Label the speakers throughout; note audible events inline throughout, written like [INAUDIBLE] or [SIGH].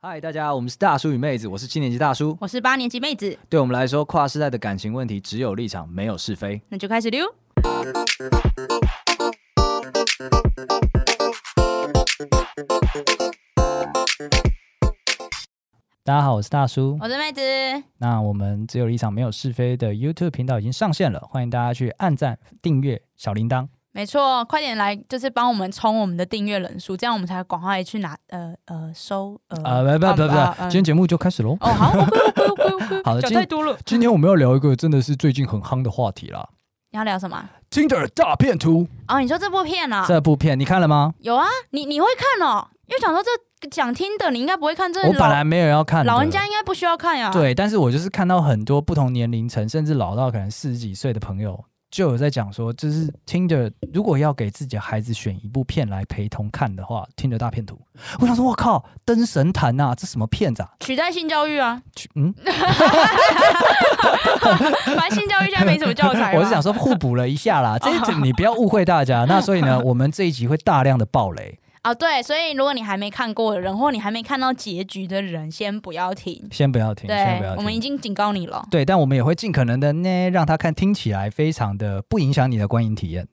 Speaker 1: 嗨，大家，我们是大叔与妹子，我是七年级大叔。
Speaker 2: 我是八年级妹子，
Speaker 1: 对我们来说，跨世代的感情问题只有立场，没有是非。
Speaker 2: 那就开始溜。
Speaker 1: 大家好，我是大叔。
Speaker 2: 我是妹子，
Speaker 1: 那我们只有立场，没有是非的 YouTube 频道已经上线了，欢迎大家去按赞、订阅、小铃铛。
Speaker 2: 没错，快点来，就是帮我们冲我们的订阅人数，这样我们才赶快去拿呃呃收呃
Speaker 1: 呃，不不不
Speaker 2: 啊
Speaker 1: 不，今天节目就开始喽。
Speaker 2: 哦好，不用不用不用不
Speaker 1: [LAUGHS]
Speaker 2: 用，
Speaker 1: 好的
Speaker 2: 讲
Speaker 1: 今
Speaker 2: 太多了。
Speaker 1: 今天我们要聊一个真的是最近很夯的话题啦，
Speaker 2: 你要聊什么？
Speaker 1: 《Tinder 大片图》
Speaker 2: 哦，你说这部片啊？
Speaker 1: 这部片，你看了吗？
Speaker 2: 有啊，你你会看哦？因为想说这讲听的，你应该不会看这
Speaker 1: 我本
Speaker 2: 老
Speaker 1: 来没有要看的，
Speaker 2: 老人家应该不需要看呀。，
Speaker 1: 对，但是我就是看到很多不同年龄层，甚至老到可能四十几岁的朋友，就有在讲说，就是 Tinder 如果要给自己的孩子选一部片来陪同看的话，Tinder 大片图。我想说，我靠，灯神坛呐、这什么片子啊？
Speaker 2: 取代性教育啊，
Speaker 1: 去嗯，
Speaker 2: 反正性教育现在没什么教材吧。
Speaker 1: [LAUGHS]
Speaker 2: 哦
Speaker 1: 我是想说互补了一下啦，这一点你不要误会大家。那所以呢，我们这一集会大量的爆雷，
Speaker 2: 哦，对，所以如果你还没看过的人，或你还没看到结局的人，先不要听。
Speaker 1: 先不要停，先
Speaker 2: 对
Speaker 1: 不要，
Speaker 2: 我们已
Speaker 1: 停。
Speaker 2: 经警告你了。
Speaker 1: 对，但我们也会尽可能的呢，让他看听起来非常的不影响你的观影体验，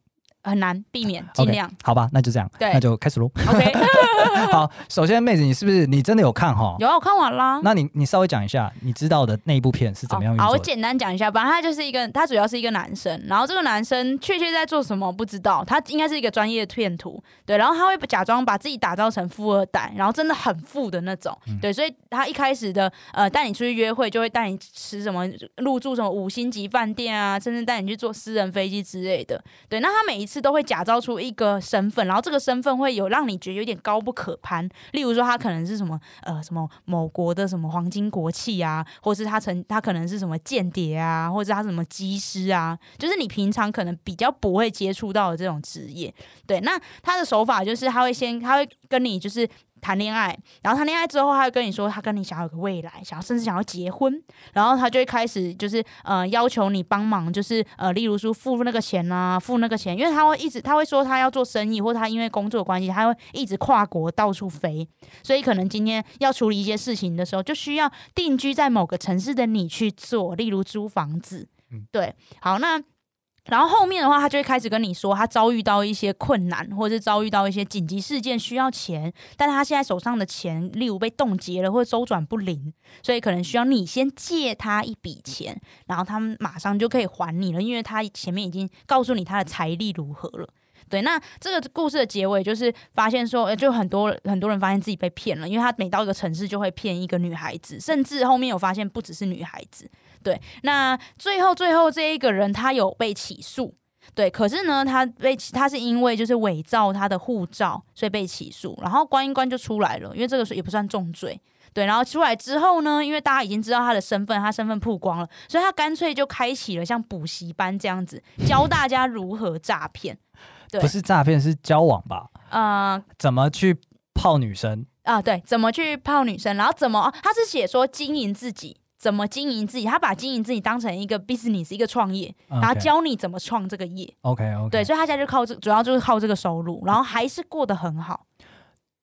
Speaker 2: 很难避免，尽量。
Speaker 1: OK，好吧，那就这样，
Speaker 2: 对
Speaker 1: 那就开始喽。 [LAUGHS]
Speaker 2: OK， [LAUGHS]
Speaker 1: 好，首先妹子，你是不是你真的有看哈？
Speaker 2: 有啊，我看完啦。
Speaker 1: 那你你稍微讲一下你知道的那一部片是怎么样运
Speaker 2: 哦好，
Speaker 1: 作
Speaker 2: 我
Speaker 1: 的？
Speaker 2: 简单讲一下，反正他就是一个，他主要是一个男生，然后这个男生确切在做什么不知道，他应该是一个专业的骗徒，对，然后他会假装把自己打造成富二代，然后真的很富的那种，
Speaker 1: 嗯
Speaker 2: 对，所以他一开始的呃带你出去约会，就会带你吃什么入住什么五星级饭店啊，甚至带你去坐私人飞机之类的，对，那他每一次都会假造出一个身份，然后这个身份会有让你觉得有点高不可攀，例如说他可能是什么呃什么某国的什么黄金国企啊，或是他曾他可能是什么间谍啊，或者他什么机师啊，就是你平常可能比较不会接触到的这种职业。对，那他的手法就是他会先他会跟你就是。谈恋爱，然后谈恋爱之后，他会跟你说他跟你想要有个未来，想要甚至想要结婚，然后他就会开始就是呃要求你帮忙，就是呃例如说付那个钱啊，付那个钱，因为他会一直他会说他要做生意，或者他因为工作关系，他会一直跨国到处飞，所以可能今天要处理一些事情的时候，就需要定居在某个城市的你去做，例如租房子。
Speaker 1: 嗯
Speaker 2: 对，好那。然后后面的话，他就会开始跟你说，他遭遇到一些困难，或者是遭遇到一些紧急事件需要钱，但是他现在手上的钱，例如被冻结了或者周转不灵，所以可能需要你先借他一笔钱，然后他们马上就可以还你了，因为他前面已经告诉你他的财力如何了。对，那这个故事的结尾就是发现说，呃就很多很多人发现自己被骗了，因为他每到一个城市就会骗一个女孩子，甚至后面有发现不只是女孩子。对，那最后最后这一个人他有被起诉，对，可是呢，他被起他是因为就是伪造他的护照，所以被起诉，然后关一关就出来了，因为这个是也不算重罪。对，然后出来之后呢，因为大家已经知道他的身份，他身份曝光了，所以他干脆就开启了像补习班这样子，教大家如何诈骗。对
Speaker 1: 不是诈骗，是交往吧？
Speaker 2: 呃，
Speaker 1: 怎么去泡女生？
Speaker 2: 啊，对，怎么去泡女生，然后怎么，哦、他是写说经营自己，怎么经营自己，他把经营自己当成一个 business，一个创业，然后教你怎么创这个业。
Speaker 1: OK OK
Speaker 2: 对，所以他现在就靠这，主要就是靠这个收入，然后还是过得很好。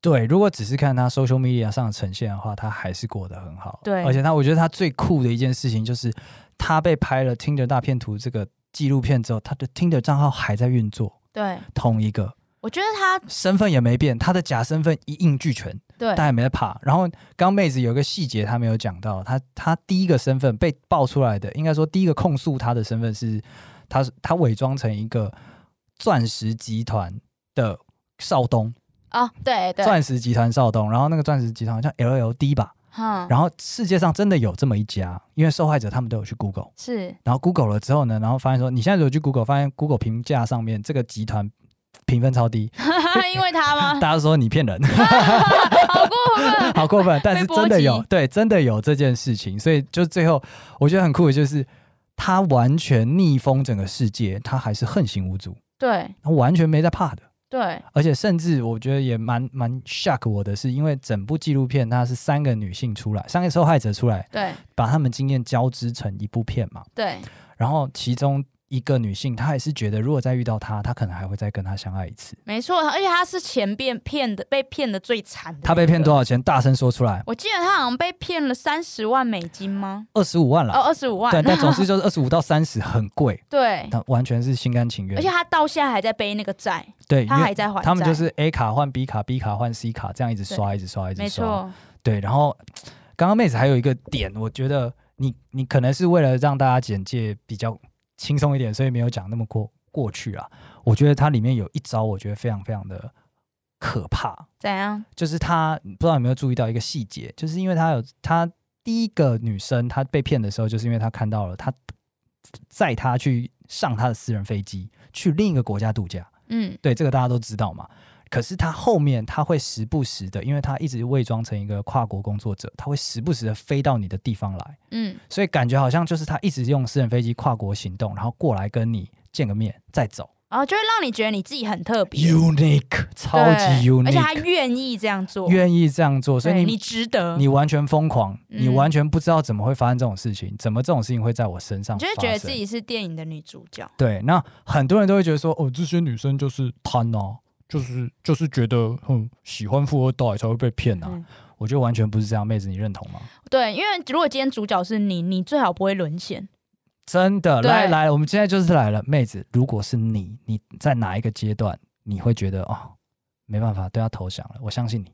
Speaker 1: 对，如果只是看他 social media 上的呈现的话，他还是过得很好。
Speaker 2: 对
Speaker 1: 而且他我觉得他最酷的一件事情就是，他被拍了 Tinder 大片图这个纪录片之后，他的 Tinder 账号还在运作，
Speaker 2: 对，
Speaker 1: 同一个
Speaker 2: 我觉得他
Speaker 1: 身份也没变，他的假身份一应俱全。
Speaker 2: 对
Speaker 1: 但也没在怕。然后刚妹子有一个细节她没有讲到，她她第一个身份被爆出来的，应该说第一个控诉她的身份是，她是她伪装成一个钻石集团的少东，
Speaker 2: 啊，对对，
Speaker 1: 钻石集团少东，然后那个钻石集团好像 LLD 吧，
Speaker 2: 嗯，
Speaker 1: 然后世界上真的有这么一家，因为受害者他们都有去 Google。 [LAUGHS]
Speaker 2: 是
Speaker 1: 然后 Google 了之后呢，然后发现说，你现在如果去 Google，发现 Google 评价上面这个集团评分超低，
Speaker 2: 因为他 [LAUGHS] 吗？
Speaker 1: 大家说你骗人，
Speaker 2: 好过分，
Speaker 1: [LAUGHS] 好过分，但是
Speaker 2: 被波
Speaker 1: 真的
Speaker 2: 及
Speaker 1: 有，对，真的有这件事情，所以就最后我觉得很酷的就是，他完全逆风整个世界，他还是横行无阻，
Speaker 2: 对
Speaker 1: 他完全没在怕的，
Speaker 2: 对，
Speaker 1: 而且甚至我觉得也蛮蛮 shock 我的是，因为整部纪录片它是三个女性出来，三个受害者出来，
Speaker 2: 对
Speaker 1: 把他们经验交织成一部片嘛，
Speaker 2: 对，
Speaker 1: 然后其中。一个女性，她也是觉得如果再遇到他，她可能还会再跟他相爱一次。
Speaker 2: 没错，而且他是钱被骗的，被骗的最惨的。
Speaker 1: 她被骗多？少钱？大声说出来，
Speaker 2: 我记得他好像被骗了三十万美金吗？
Speaker 1: 二十五万
Speaker 2: 哦，
Speaker 1: 了。
Speaker 2: 二十五万。
Speaker 1: 对，但
Speaker 2: [LAUGHS]
Speaker 1: 总之就是二十五到三十，很贵，
Speaker 2: 对，
Speaker 1: 她完全是心甘情
Speaker 2: 而
Speaker 1: 愿
Speaker 2: 且。他到现在还在背那个债，
Speaker 1: 对，因
Speaker 2: 他还
Speaker 1: 为
Speaker 2: 在还债。
Speaker 1: 他们就是 A 卡换 B 卡，B 卡换 C 卡，这样一直刷，一直刷，一直
Speaker 2: 没
Speaker 1: 刷。
Speaker 2: 错，
Speaker 1: 对，然后刚刚妹子还有一个点，我觉得你你可能是为了让大家简介比较轻松一点，所以没有讲那么过过去啊。我觉得它里面有一招，我觉得非常非常的可怕，
Speaker 2: 怎样？
Speaker 1: 就是他不知道有没有注意到一个细节，就是因为他有他第一个女生她被骗的时候，就是因为她看到了他载她去上她的私人飞机去另一个国家度假，
Speaker 2: 嗯，
Speaker 1: 对，这个大家都知道嘛。可是他后面他会时不时的，因为他一直伪装成一个跨国工作者，他会时不时的飞到你的地方来，
Speaker 2: 嗯，
Speaker 1: 所以感觉好像就是他一直用私人飞机跨国行动，然后过来跟你见个面再走
Speaker 2: 然后就会让你觉得你自己很特别，
Speaker 1: ，unique，超级
Speaker 2: 对而且他
Speaker 1: unique，
Speaker 2: 愿意这样做，
Speaker 1: 愿意这样做，所以
Speaker 2: 对
Speaker 1: 你
Speaker 2: 你值得，
Speaker 1: 你完全疯狂，
Speaker 2: 嗯
Speaker 1: 你完全不知道怎么会发生这种事情，怎么这种事情会在我身上
Speaker 2: 你
Speaker 1: 发
Speaker 2: 就
Speaker 1: 生？
Speaker 2: 会觉得自己是电影的女主角。
Speaker 1: 对，那很多人都会觉得说，哦，这些女生就是贪啊，就是就是觉得嗯喜欢富二代才会被骗啊。
Speaker 2: 嗯
Speaker 1: 我觉得完全不是这样，妹子，你认同吗？
Speaker 2: 对，因为如果今天主角是你，你最好不会沦陷。
Speaker 1: 真的，
Speaker 2: 对
Speaker 1: 来来，我们现在就是来了，妹子，如果是你，你在哪一个阶段你会觉得哦，没办法对他投降了？我相信你。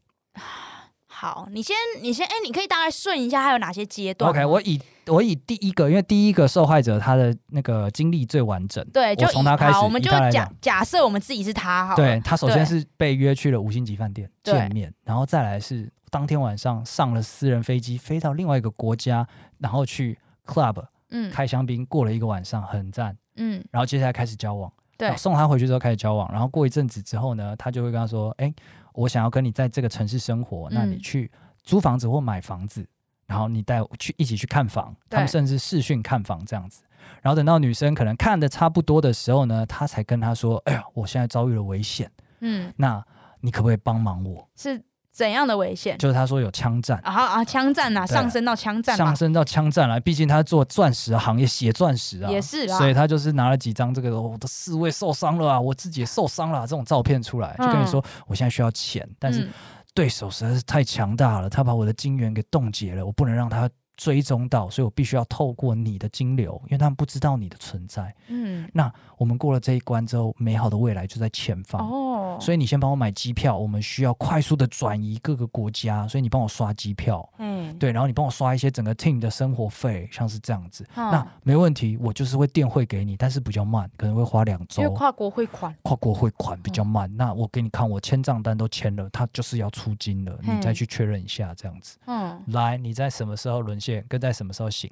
Speaker 2: 好，你先，你先，哎、你可以大概顺一下，还有哪些阶段
Speaker 1: OK，我以我以第一个，因为第一个受害者他的那个经历最完整，
Speaker 2: 对，就
Speaker 1: 我从
Speaker 2: 以
Speaker 1: 他开始，
Speaker 2: 好，我们
Speaker 1: 以
Speaker 2: 就
Speaker 1: 他来
Speaker 2: 假
Speaker 1: 讲
Speaker 2: 假设我们自己是他好了，
Speaker 1: 对他首先
Speaker 2: 对
Speaker 1: 是被约去了五星级饭店
Speaker 2: 对
Speaker 1: 见面，然后再来是当天晚上上了私人飞机飞到另外一个国家，然后去 club
Speaker 2: 嗯
Speaker 1: 开香槟，过了一个晚上，很赞。
Speaker 2: 嗯，
Speaker 1: 然后接下来开始交往，
Speaker 2: 对
Speaker 1: 然后送他回去之后开始交往，然后过一阵子之后呢，他就会跟他说：“哎，我想要跟你在这个城市生活，那你
Speaker 2: 嗯
Speaker 1: 去租房子或买房子，然后你带我去一起去看房，他们
Speaker 2: 对
Speaker 1: 甚至视讯看房这样子。”然后等到女生可能看的差不多的时候呢，他才跟他说：“哎呀，我现在遭遇了危险。”
Speaker 2: 嗯，
Speaker 1: 那你可不可以帮忙我？
Speaker 2: 是怎样的危险？
Speaker 1: 就是他说有枪战，
Speaker 2: 啊啊，枪战呐、
Speaker 1: 对
Speaker 2: 上升到枪战嘛
Speaker 1: 上，升到枪战来，毕竟他做钻石行业写钻石啊，
Speaker 2: 也是啦
Speaker 1: 所以他就是拿了几张这个哦我的侍卫受伤了啊，我自己也受伤了啊、这种照片出来，就跟你说、我现在需要钱，但是
Speaker 2: 嗯
Speaker 1: 对手实在是太强大了，他把我的金源给冻结了，我不能让他。追踪到，所以我必须要透过你的金流，因为他们不知道你的存在。
Speaker 2: 嗯，
Speaker 1: 我们过了这一关之后，美好的未来就在前方。
Speaker 2: 哦，
Speaker 1: 所以你先帮我买机票，我们需要快速的转移各个国家，所以你帮我刷机票，
Speaker 2: 嗯，
Speaker 1: 对，然后你帮我刷一些整个 team 的生活费，像是这样子。
Speaker 2: 嗯，
Speaker 1: 那没问题，我就是会电汇给你，但是比较慢，可能会花两
Speaker 2: 因为
Speaker 1: 周。
Speaker 2: 跨国汇款，
Speaker 1: 跨国汇款比较慢，
Speaker 2: 嗯
Speaker 1: 那我给你看，我签账单都签了，他就是要出金了，你
Speaker 2: 嘿
Speaker 1: 再去确认一下，这样子。
Speaker 2: 嗯，
Speaker 1: 来，你在什么时候沦陷，跟在什么时候醒？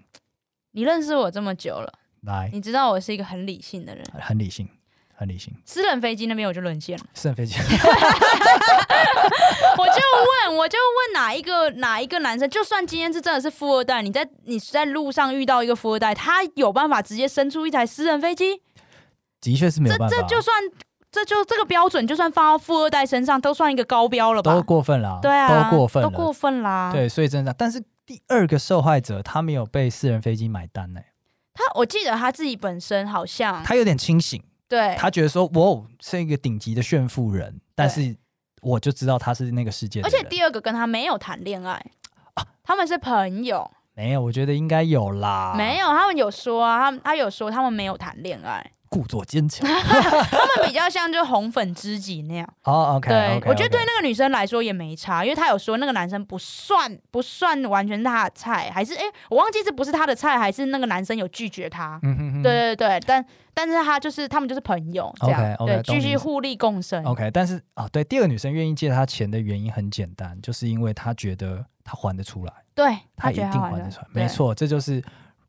Speaker 2: 你认识我这么久了，
Speaker 1: 来，
Speaker 2: 你知道我是一个很理性的人。
Speaker 1: 很理性，很理性。
Speaker 2: 私人飞机那边我就沦
Speaker 1: [LAUGHS]
Speaker 2: 陷了，
Speaker 1: 剩飞机，
Speaker 2: 我就问，我就问哪一个哪一个男生，就算今天是真的是富二代，你在你在路上遇到一个富二代，他有办法直接生出一台私人飞机？
Speaker 1: 的确是没有
Speaker 2: 这
Speaker 1: 办法
Speaker 2: 这，就算这就这个标准，就算放到富二代身上，都算一个高标了吧？
Speaker 1: 都过分了，
Speaker 2: 对啊，
Speaker 1: 都过分了，
Speaker 2: 都过分啦。
Speaker 1: 对，所以真的，但是第二个受害者他没有被私人飞机买单呢、
Speaker 2: 他，我记得他自己本身好像
Speaker 1: 他有点清醒，
Speaker 2: 对
Speaker 1: 他觉得说，哇，哦是一个顶级的炫富人，但
Speaker 2: 对
Speaker 1: 是我就知道他是那个世界的
Speaker 2: 而
Speaker 1: 人，哦
Speaker 2: 且第二个跟他没有谈恋爱，他们是朋友，
Speaker 1: 没有，我觉得应该有啦，
Speaker 2: 没有，他们有说啊，他们他有说他们没有谈恋爱，
Speaker 1: 故作坚
Speaker 2: [LAUGHS]
Speaker 1: 强。
Speaker 2: 他们比较像就红粉知己那样。
Speaker 1: 哦，OK，
Speaker 2: 对
Speaker 1: o k
Speaker 2: 我觉得对那个女生来说也没差，因为她有说那个男生不算不算完全是她的菜，还是诶，我忘记这不是她的菜，还是那个男生有拒绝她。
Speaker 1: 嗯哼哼
Speaker 2: 对对对，但但是他就是他们就是朋友这样
Speaker 1: OK，OK，
Speaker 2: 对，
Speaker 1: 懂你
Speaker 2: 继
Speaker 1: 意
Speaker 2: 续
Speaker 1: 思
Speaker 2: 互利共生。
Speaker 1: ，OK，但是啊，对，第二个女生愿意借他钱的原因很简单，就是因为她觉得她还得出来，
Speaker 2: 对，
Speaker 1: 她
Speaker 2: 他
Speaker 1: 一
Speaker 2: 觉
Speaker 1: 定
Speaker 2: 得他
Speaker 1: 还
Speaker 2: 玩
Speaker 1: 得
Speaker 2: 的
Speaker 1: 出来，没，错，这就是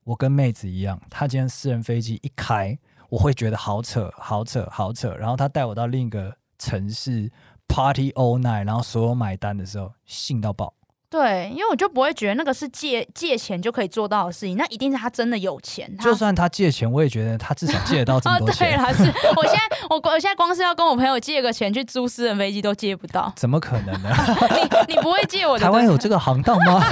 Speaker 1: 我跟妹子一样，她今天私人飞机一开，我会觉得好扯，好扯，好扯，然后她带我到另一个城市 party all night，然后所有买单的时候信到爆，
Speaker 2: 对，对因为我就不会觉得那个是借借钱就可以做到的事情，那一定是他真的有钱，他
Speaker 1: 就算她借钱，我也觉得她至少借得到这么
Speaker 2: 啊哦，
Speaker 1: 多
Speaker 2: 对
Speaker 1: 钱，，
Speaker 2: 了，是我现在我我现在光是要跟我朋友借个钱去租私人飞机都借不到
Speaker 1: 怎么可能呢？
Speaker 2: [LAUGHS] 你你不会借我的？
Speaker 1: 台湾
Speaker 2: 对 [LAUGHS]
Speaker 1: 有这个行当吗？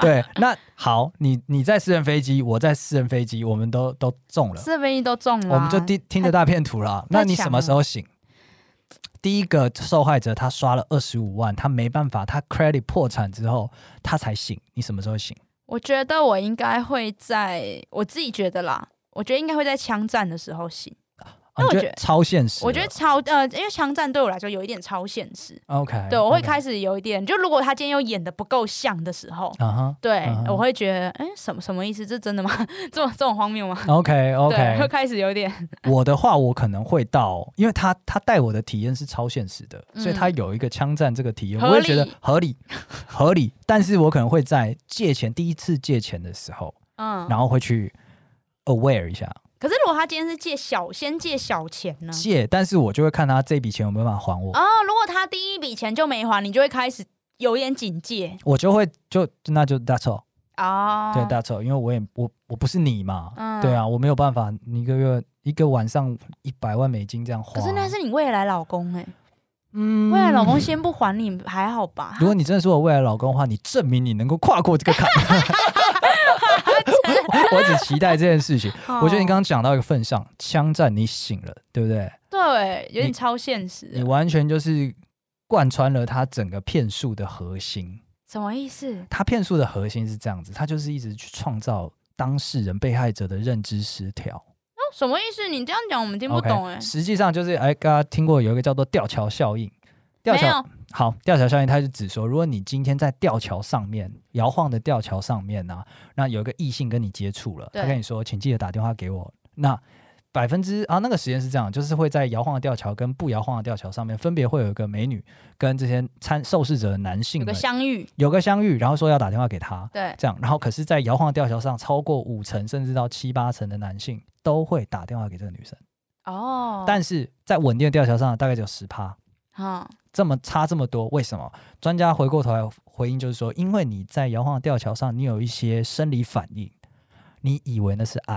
Speaker 1: 对，那好，你你在私人飞机，我在私人飞机，我们都都中了，
Speaker 2: 四分一都中了啊，
Speaker 1: 我们就听听着大片图了。那
Speaker 2: 啊
Speaker 1: 你什么时候醒？第一个受害者他刷了二十五万，他没办法，他 credit 破产之后他才醒。你什么时候醒？
Speaker 2: 我觉得我应该会在我自己觉得啦，我觉得应该会在枪战的时候醒。
Speaker 1: 啊、
Speaker 2: 那我
Speaker 1: 你
Speaker 2: 觉得
Speaker 1: 超现实了。
Speaker 2: 我觉得超呃，因为枪战对我来说有一点超现实，
Speaker 1: OK，
Speaker 2: 对我会
Speaker 1: 哎 OK
Speaker 2: 开始有一点，就如果他今天又演的不够像的时候，
Speaker 1: 啊哈。
Speaker 2: 对
Speaker 1: 嗯哼
Speaker 2: 我会觉得，哎，什么什么意思？这真的吗？ [LAUGHS] 这么这么荒谬吗？
Speaker 1: OK
Speaker 2: 对，会
Speaker 1: OK，
Speaker 2: 开始有点
Speaker 1: 我的话我可能会到，因为他他带我的体验是超现实的，所以他
Speaker 2: 嗯
Speaker 1: 有一个枪战这个体验，
Speaker 2: 合
Speaker 1: 我也觉得
Speaker 2: 理
Speaker 1: 合理合理。 [LAUGHS] 但是我可能会在借钱第一次借钱的时候，
Speaker 2: [LAUGHS] 嗯。
Speaker 1: 然后会去 aware 一下
Speaker 2: 可是如果他今天是借小，先借小钱呢？
Speaker 1: 借，但是我就会看他这笔钱有没有办法还我，
Speaker 2: 哦，如果他第一笔钱就没还，你就会开始有点警戒
Speaker 1: 我就会就那就 that's all，
Speaker 2: 哦。
Speaker 1: 对 that's all，因为我也我我不是你嘛，
Speaker 2: 嗯
Speaker 1: 对啊，我没有办法，你一个月一个晚上一百万美金这样花，啊
Speaker 2: 可是那是你未来老公哎、
Speaker 1: 嗯
Speaker 2: 未来老公先不还你还好吧？
Speaker 1: [LAUGHS] 如果你真的是我未来老公的话，你证明你能够跨过这个坎。 [LAUGHS] 我我只期待这件事情。
Speaker 2: 哦
Speaker 1: 我觉得你刚刚讲到一个份上，枪战你醒了，对不对？
Speaker 2: 对有
Speaker 1: 你
Speaker 2: 点超现实
Speaker 1: 你
Speaker 2: 的，
Speaker 1: 完全就是贯穿了他整个骗术的核心。
Speaker 2: 什么意思？哦
Speaker 1: 他骗术的核心是这样子，他就是一直去创造当事人被害者的认知失调。
Speaker 2: 哦什么意思？你这样讲我们听不懂哎、
Speaker 1: OK，实际上就是哎，刚刚听过有一个叫做吊桥效应。吊
Speaker 2: 没
Speaker 1: 桥
Speaker 2: 有，
Speaker 1: 好，吊桥效应，它是指说，如果你今天在吊桥上面摇晃的吊桥上面呢、那有一个异性跟你接触了，他
Speaker 2: 对
Speaker 1: 跟你说，请记得打电话给我。那百分之啊，那个实验是这样，就是会在摇晃的吊桥跟不摇晃的吊桥上面，分别会有一个美女跟这些参受试者的男性
Speaker 2: 有个
Speaker 1: 们
Speaker 2: 相遇，
Speaker 1: 有个相遇，然后说要打电话给他，
Speaker 2: 对，
Speaker 1: 这样，然后可是，在摇晃的吊桥上，超过五成甚至到七八成的男性都会打电话给这个女生，
Speaker 2: 哦，
Speaker 1: 但是在稳定的吊桥上，大概只有十趴。
Speaker 2: 啊、
Speaker 1: 这么差这么多，为什么？专家回过头来回应，就是说，因为你在摇晃的吊桥上，你有一些生理反应，你以为那是爱，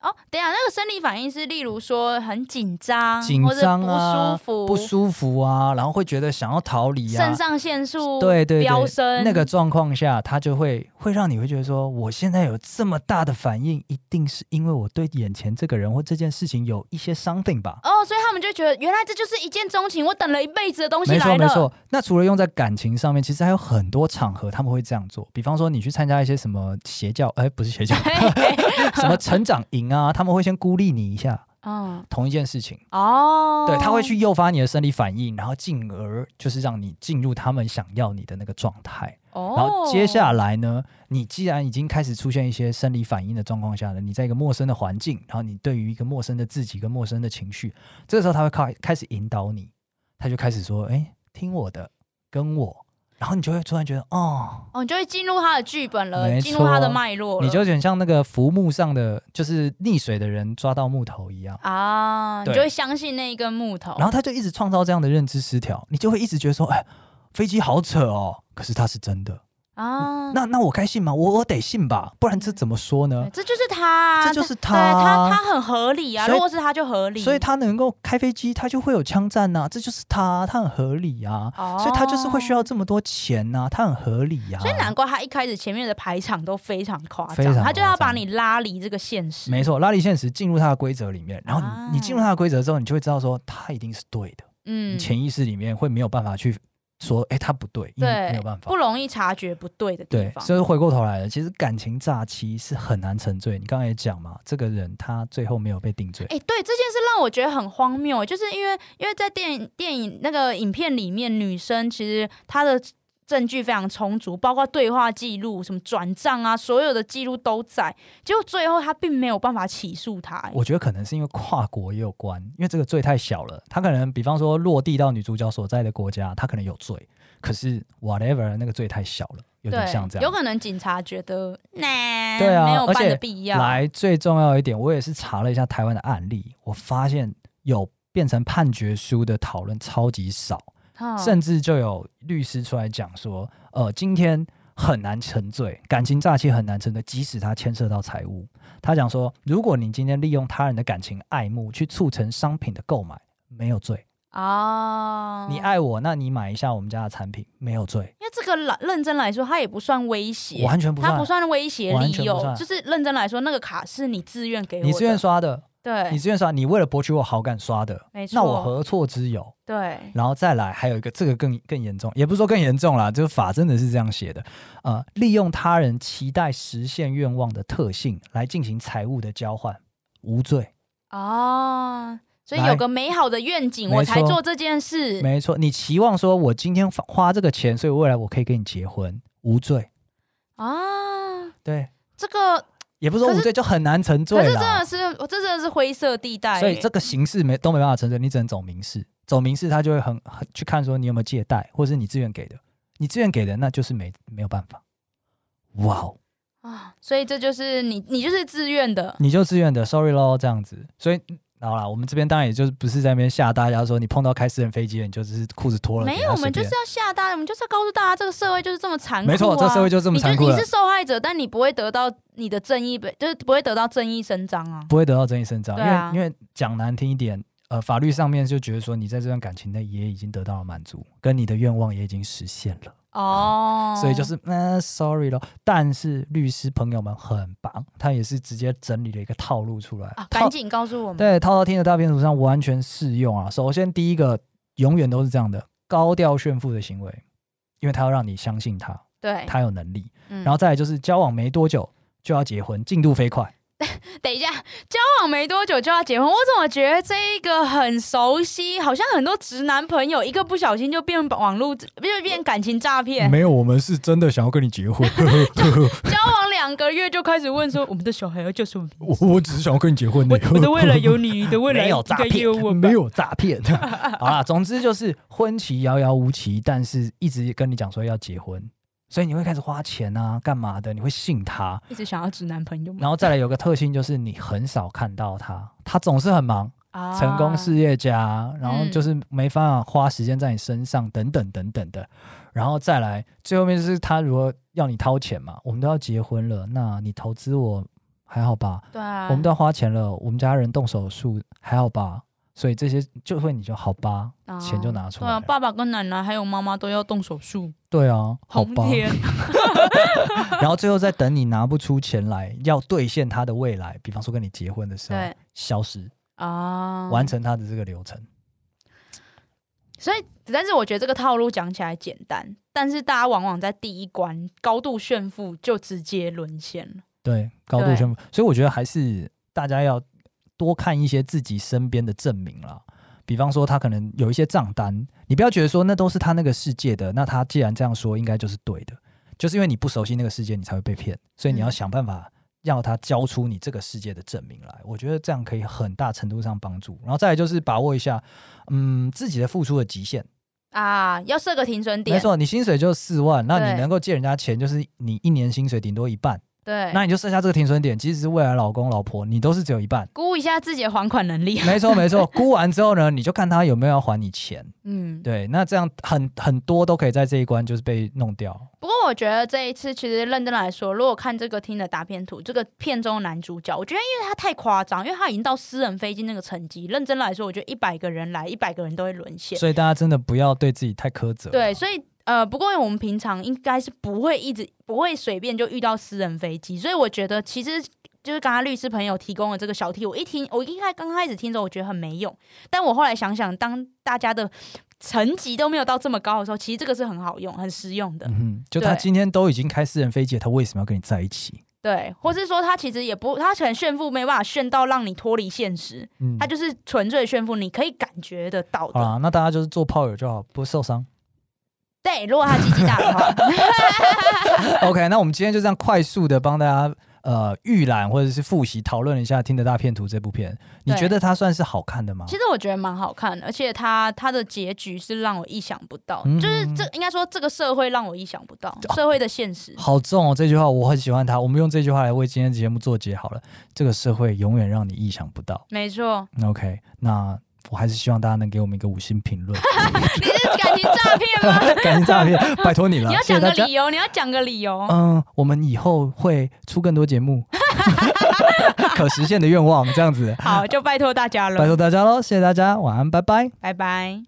Speaker 2: 哦，等一下，那个生理反应是，例如说很紧张，
Speaker 1: 紧张啊
Speaker 2: 或者不舒服，
Speaker 1: 不舒服啊，然后会觉得想要逃离啊
Speaker 2: 哦肾，上腺素
Speaker 1: 对对
Speaker 2: 飙
Speaker 1: 对。
Speaker 2: 升，
Speaker 1: 那个状况下，它就会会让你会觉得说，我现在有这么大的反应，一定是因为我对眼前这个人或这件事情有一些 something 吧。
Speaker 2: 哦，所以他们就觉得原来这就是一见钟情，我等了一辈子的东西
Speaker 1: 没
Speaker 2: 来
Speaker 1: 错
Speaker 2: 了，
Speaker 1: 没错。那除了用在感情上面，其实还有很多场合他们会这样做，比方说你去参加一些什么邪教，哎，不是邪教， [LAUGHS] 什么成长营啊，他们会先孤立你一下，
Speaker 2: 嗯，
Speaker 1: 同一件事情，
Speaker 2: 哦，
Speaker 1: 对，他会去诱发你的生理反应，然后进而就是让你进入他们想要你的那个状态。
Speaker 2: 哦，
Speaker 1: 然后接下来呢，你既然已经开始出现一些生理反应的状况下呢，你在一个陌生的环境，然后你对于一个陌生的自己跟陌生的情绪，这个时候他会开开始引导你，他就开始说：“哎，听我的，跟我。”然后你就会突然觉得，哦，
Speaker 2: 哦，你就会进入他的剧本
Speaker 1: 没
Speaker 2: 了，进入他的
Speaker 1: 错
Speaker 2: 脉络了，
Speaker 1: 你就有点像那个浮木上的，就是溺水的人抓到木头一样。
Speaker 2: 啊，你
Speaker 1: 对
Speaker 2: 就会相信那一根木头，
Speaker 1: 然后他就一直创造这样的认知失调，你就会一直觉得说，哎，飞机好扯哦，可是它是真的。
Speaker 2: 啊，
Speaker 1: 那那我该信吗？我我得信吧，不然这怎么说呢
Speaker 2: 对？这就是他啊，
Speaker 1: 这就是
Speaker 2: 对
Speaker 1: 他啊
Speaker 2: 他他很合理啊，
Speaker 1: 所以
Speaker 2: 如果是他就合理，
Speaker 1: 所以他能够开飞机，他就会有枪战呐、这就是他，他很合理啊。
Speaker 2: 哦，
Speaker 1: 所以他就是会需要这么多钱呐、他很合理啊呀、
Speaker 2: 所以难怪他一开始前面的排场都非常夸
Speaker 1: 非常
Speaker 2: 张，
Speaker 1: 夸张
Speaker 2: 他就要把你拉离这个现实。
Speaker 1: 没错，拉力现实进入他的规则里面，然后你、
Speaker 2: 啊
Speaker 1: 你进入他的规则之后，你就会知道说他一定是对的，你
Speaker 2: 嗯，
Speaker 1: 潜意识里面会没有办法去说，哎、他不对，因为
Speaker 2: 对，
Speaker 1: 没有办法
Speaker 2: 不。容易察觉不对的地
Speaker 1: 对，
Speaker 2: 方。
Speaker 1: 所以回过头来了，其实感情诈欺是很难沉醉。你刚才也讲嘛，这个人他最后没有被定罪，
Speaker 2: 哎、对这件事让我觉得很荒谬，就是因为因为在电影电影那个影片里面，女生其实她的证据非常充足，包括对话记录、什么转账啊，所有的记录都在。结果最后她并没有办法起诉她、哎
Speaker 1: 我觉得可能是因为跨国也有关，因为这个罪太小了，他可能比方说落地到女主角所在的国家，他可能有罪，可是 whatever 那个罪太小了，有点像这
Speaker 2: 欸对，有
Speaker 1: 样。
Speaker 2: 可能警察觉得，那、
Speaker 1: 对啊
Speaker 2: 没有
Speaker 1: 而
Speaker 2: 办
Speaker 1: 且
Speaker 2: 的必要。
Speaker 1: 来，最重要一点，我也是查了一下台湾的案例，我发现有变成判决书的讨论超级少，
Speaker 2: 哼
Speaker 1: 甚至就有律师出来讲说，呃，今天很难沉醉，感情诈欺很难沉醉，即使他牵涉到财务。他讲说，如果你今天利用他人的感情爱慕去促成商品的购买，没有罪。
Speaker 2: 哦，
Speaker 1: 你爱我，那你买一下我们家的产品，没有罪，
Speaker 2: 因为这个来认真来说，它也不算威胁，
Speaker 1: 完全不
Speaker 2: 它
Speaker 1: 算
Speaker 2: 不。算威胁
Speaker 1: 完
Speaker 2: 理
Speaker 1: 全不
Speaker 2: 由，
Speaker 1: 算
Speaker 2: 就是认真来说，那个卡是你自愿给我的，
Speaker 1: 你自愿刷的，你
Speaker 2: 对，
Speaker 1: 自愿刷，你为了博取我好感刷的，
Speaker 2: 没错，
Speaker 1: 那我何错之有？
Speaker 2: 对
Speaker 1: 然后再来还有一个，这个更更严重，也不是说更严重啦，就是法真的是这样写的，呃，利用他人期待实现愿望的特性来进行财务的交换，无罪。
Speaker 2: 哦，所以
Speaker 1: 来
Speaker 2: 有个美好的愿景，
Speaker 1: 没
Speaker 2: 我才
Speaker 1: 错
Speaker 2: 做这件事，
Speaker 1: 没错，你期望说我今天花花这个钱，所以未来我可以跟你结婚，无罪。
Speaker 2: 啊，
Speaker 1: 对，
Speaker 2: 这个
Speaker 1: 也不是说
Speaker 2: 可
Speaker 1: 无
Speaker 2: 是
Speaker 1: 罪就很难沉
Speaker 2: 可
Speaker 1: 罪
Speaker 2: 是哎真
Speaker 1: 啦
Speaker 2: 的。是，我这真的是灰色地带耶，
Speaker 1: 所以这个形式没都没办法沉醉，你只能走民事。走民事，他就会很很去看说你有没有借贷，或者是你自愿给的。你自愿给的，那就是没没有办法。哇哦！
Speaker 2: 啊，所以这就是你，你就是自愿的，
Speaker 1: 你就自愿的，sorry 咯，这样子。所以好啦，我们这边当然也就是不是在那边吓大家说你碰到开私人飞机了，你就只是裤子脱了。
Speaker 2: 没
Speaker 1: 给
Speaker 2: 有，
Speaker 1: 他
Speaker 2: 我
Speaker 1: 随
Speaker 2: 们就是
Speaker 1: 便
Speaker 2: 要吓大家，我们就是要告诉大家，这个社会就是这么残酷、啊。
Speaker 1: 没错，这社会就这么
Speaker 2: 你就
Speaker 1: 残酷
Speaker 2: 你
Speaker 1: 了
Speaker 2: 是，受害者，但你不会得到你的正义被，就是不会得到正义伸张啊。
Speaker 1: 不会得到正义伸张，
Speaker 2: 对啊
Speaker 1: 因为因为讲难听一点。呃，法律上面就觉得说，你在这段感情内也已经得到了满足，跟你的愿望也已经实现了，
Speaker 2: 哦，
Speaker 1: 所以就是，嗯、s o r r y 咯。但是律师朋友们很棒，他也是直接整理了一个套路出来，
Speaker 2: 啊，
Speaker 1: 套
Speaker 2: 赶紧告诉我们。
Speaker 1: 对，套到听的大篇图上完全适用啊。首先第一个，永远都是这样的高调炫富的行为，因为他要让你相信他，
Speaker 2: 对，
Speaker 1: 他有能力。
Speaker 2: 嗯
Speaker 1: 然后再来就是交往没多久就要结婚，进度飞快。
Speaker 2: 等一下，交往没多久就要结婚，我怎么觉得这一个很熟悉？好像很多直男朋友一个不小心就变网络，就变感情诈骗。
Speaker 1: 没有，我们是真的想要跟你结
Speaker 2: [LAUGHS]
Speaker 1: 婚，
Speaker 2: 交往两个月就开始问说，我们的小孩要叫什
Speaker 1: [LAUGHS]
Speaker 2: 么？
Speaker 1: 我我只是想要跟你结婚
Speaker 2: 我我的未来有你，你的未来
Speaker 1: [LAUGHS] 没有
Speaker 2: 应
Speaker 1: 诈
Speaker 2: 该也有我
Speaker 1: 骗，
Speaker 2: 吧
Speaker 1: 没有诈
Speaker 2: [LAUGHS]
Speaker 1: 骗。好啦，总之就是婚期遥遥无期，但是一直跟你讲说要结婚，所以你会开始花钱啊，干嘛的？你会信他，
Speaker 2: 一直想要直男朋友吗？
Speaker 1: 然后再来有个特性就是你很少看到他，他总是很忙，
Speaker 2: 啊
Speaker 1: 成功事业家，然后
Speaker 2: 嗯
Speaker 1: 就是没办法花时间在你身上，等等等等的。然后再来最后面就是他如果要你掏钱嘛，我们都要结婚了，那你投资我还好吧？
Speaker 2: 对啊，
Speaker 1: 我们都要花钱了，我们家人动手术还好吧？所以这些就会你就好吧，
Speaker 2: 啊
Speaker 1: 钱就拿出
Speaker 2: 对
Speaker 1: 来
Speaker 2: 啊，
Speaker 1: 了。
Speaker 2: 爸爸跟奶奶还有妈妈都要动手术，
Speaker 1: 对啊，好
Speaker 2: 红
Speaker 1: 吧。
Speaker 2: 天
Speaker 1: 然后最后再等你拿不出钱来，要兑现他的未来，比方说跟你结婚的时候
Speaker 2: 对
Speaker 1: 消失，
Speaker 2: 啊，
Speaker 1: 完。成他的这个流程。
Speaker 2: 所以，但是我觉得这个套路讲起来简单，但是大家往往在第一关高度炫富就直接沦陷了。
Speaker 1: 对，高度
Speaker 2: 对
Speaker 1: 宣布。所以我觉得还是大家要多看一些自己身边的证明啦。比方说，他可能有一些账单，你不要觉得说那都是他那个世界的，那他既然这样说，应该就是对的。就是因为你不熟悉那个世界，你才会被骗，所以你要
Speaker 2: 嗯
Speaker 1: 想办法要他交出你这个世界的证明来。我觉得这样可以很大程度上帮助。然后再来就是把握一下，嗯，自己的付出的极限。
Speaker 2: 啊，要设个停损
Speaker 1: 没
Speaker 2: 点，
Speaker 1: 错，你薪水就四万，那你
Speaker 2: 对
Speaker 1: 能够借人家钱，就是你一年薪水顶多一半。
Speaker 2: 对，。
Speaker 1: 那你就剩下这个停损点，即使是未来老公老婆，你都是只有一半 [LAUGHS]
Speaker 2: 估一下自己的还款能力。啊
Speaker 1: 没错没错，估完之后呢，你就看他有没有要还你钱。
Speaker 2: [LAUGHS] 嗯，
Speaker 1: 对，那这样很很多都可以在这一关就是被弄掉。
Speaker 2: 不过我觉得这一次其实认真来说，如果看这个听的大片图，这个片中的男主角，我觉得因为他太夸张，因为他已经到私人飞机那个层级。认真来说，我觉得一百个人来，一百个人都会沦陷。
Speaker 1: 所以大家真的不要对自己太苛责。
Speaker 2: 对，，所以呃，不过我们平常应该是不会一直不会随便就遇到私人飞机，所以我觉得其实。就是刚刚律师朋友提供的这个小 T，我一听，我应该刚开始听的时候，我觉得很没用，但我后来想想，当大家的层级都没有到这么高的时候，其实这个是很好用、很实用的
Speaker 1: 嗯。哼，就他
Speaker 2: 对
Speaker 1: 今天都已经开私人飞机了，他为什么要跟你在一起？
Speaker 2: 对，或是说他其实也不，他很炫富，没办法炫到让你脱离现实，
Speaker 1: 嗯啊
Speaker 2: 他，就是纯粹炫富，你可以感觉得到
Speaker 1: 好
Speaker 2: 的。
Speaker 1: 啦，那大家就是做炮友就好，不受伤。 [LAUGHS]
Speaker 2: 对，如果他鸡鸡大的话，
Speaker 1: OK，那我们今天就这样快速的帮大家呃预览或者是复习讨论一下《听得大片图》这部片，你
Speaker 2: 对
Speaker 1: 觉得它算是好看的吗？
Speaker 2: 其实我觉得蛮好看的，而且它它的结局是让我意想不到，
Speaker 1: 嗯
Speaker 2: 就是这应该说这个社会让我意想不到，
Speaker 1: 哦
Speaker 2: 社会的现实。
Speaker 1: 好重哦，这句话我很喜欢它。我们用这句话来为今天的节目做结好了。这个社会永远让你意想不到。
Speaker 2: 没
Speaker 1: [LAUGHS]
Speaker 2: 错，
Speaker 1: OK，那我还是希望大家能给我们一个五星评
Speaker 2: [LAUGHS]
Speaker 1: 论。
Speaker 2: 你是感情诈骗吗？
Speaker 1: 感谢诈骗，拜托你了，
Speaker 2: 你要
Speaker 1: 谢
Speaker 2: 讲
Speaker 1: 谢大
Speaker 2: 个
Speaker 1: 家嗯
Speaker 2: 理。由，你要讲个理由。 [LAUGHS]
Speaker 1: 嗯，我们以后会出更多节目。可实现的愿望，这样子。
Speaker 2: 好，就拜托大家
Speaker 1: 拜
Speaker 2: 了，
Speaker 1: 托大家喽，谢谢大家，晚安，拜拜。
Speaker 2: 拜拜。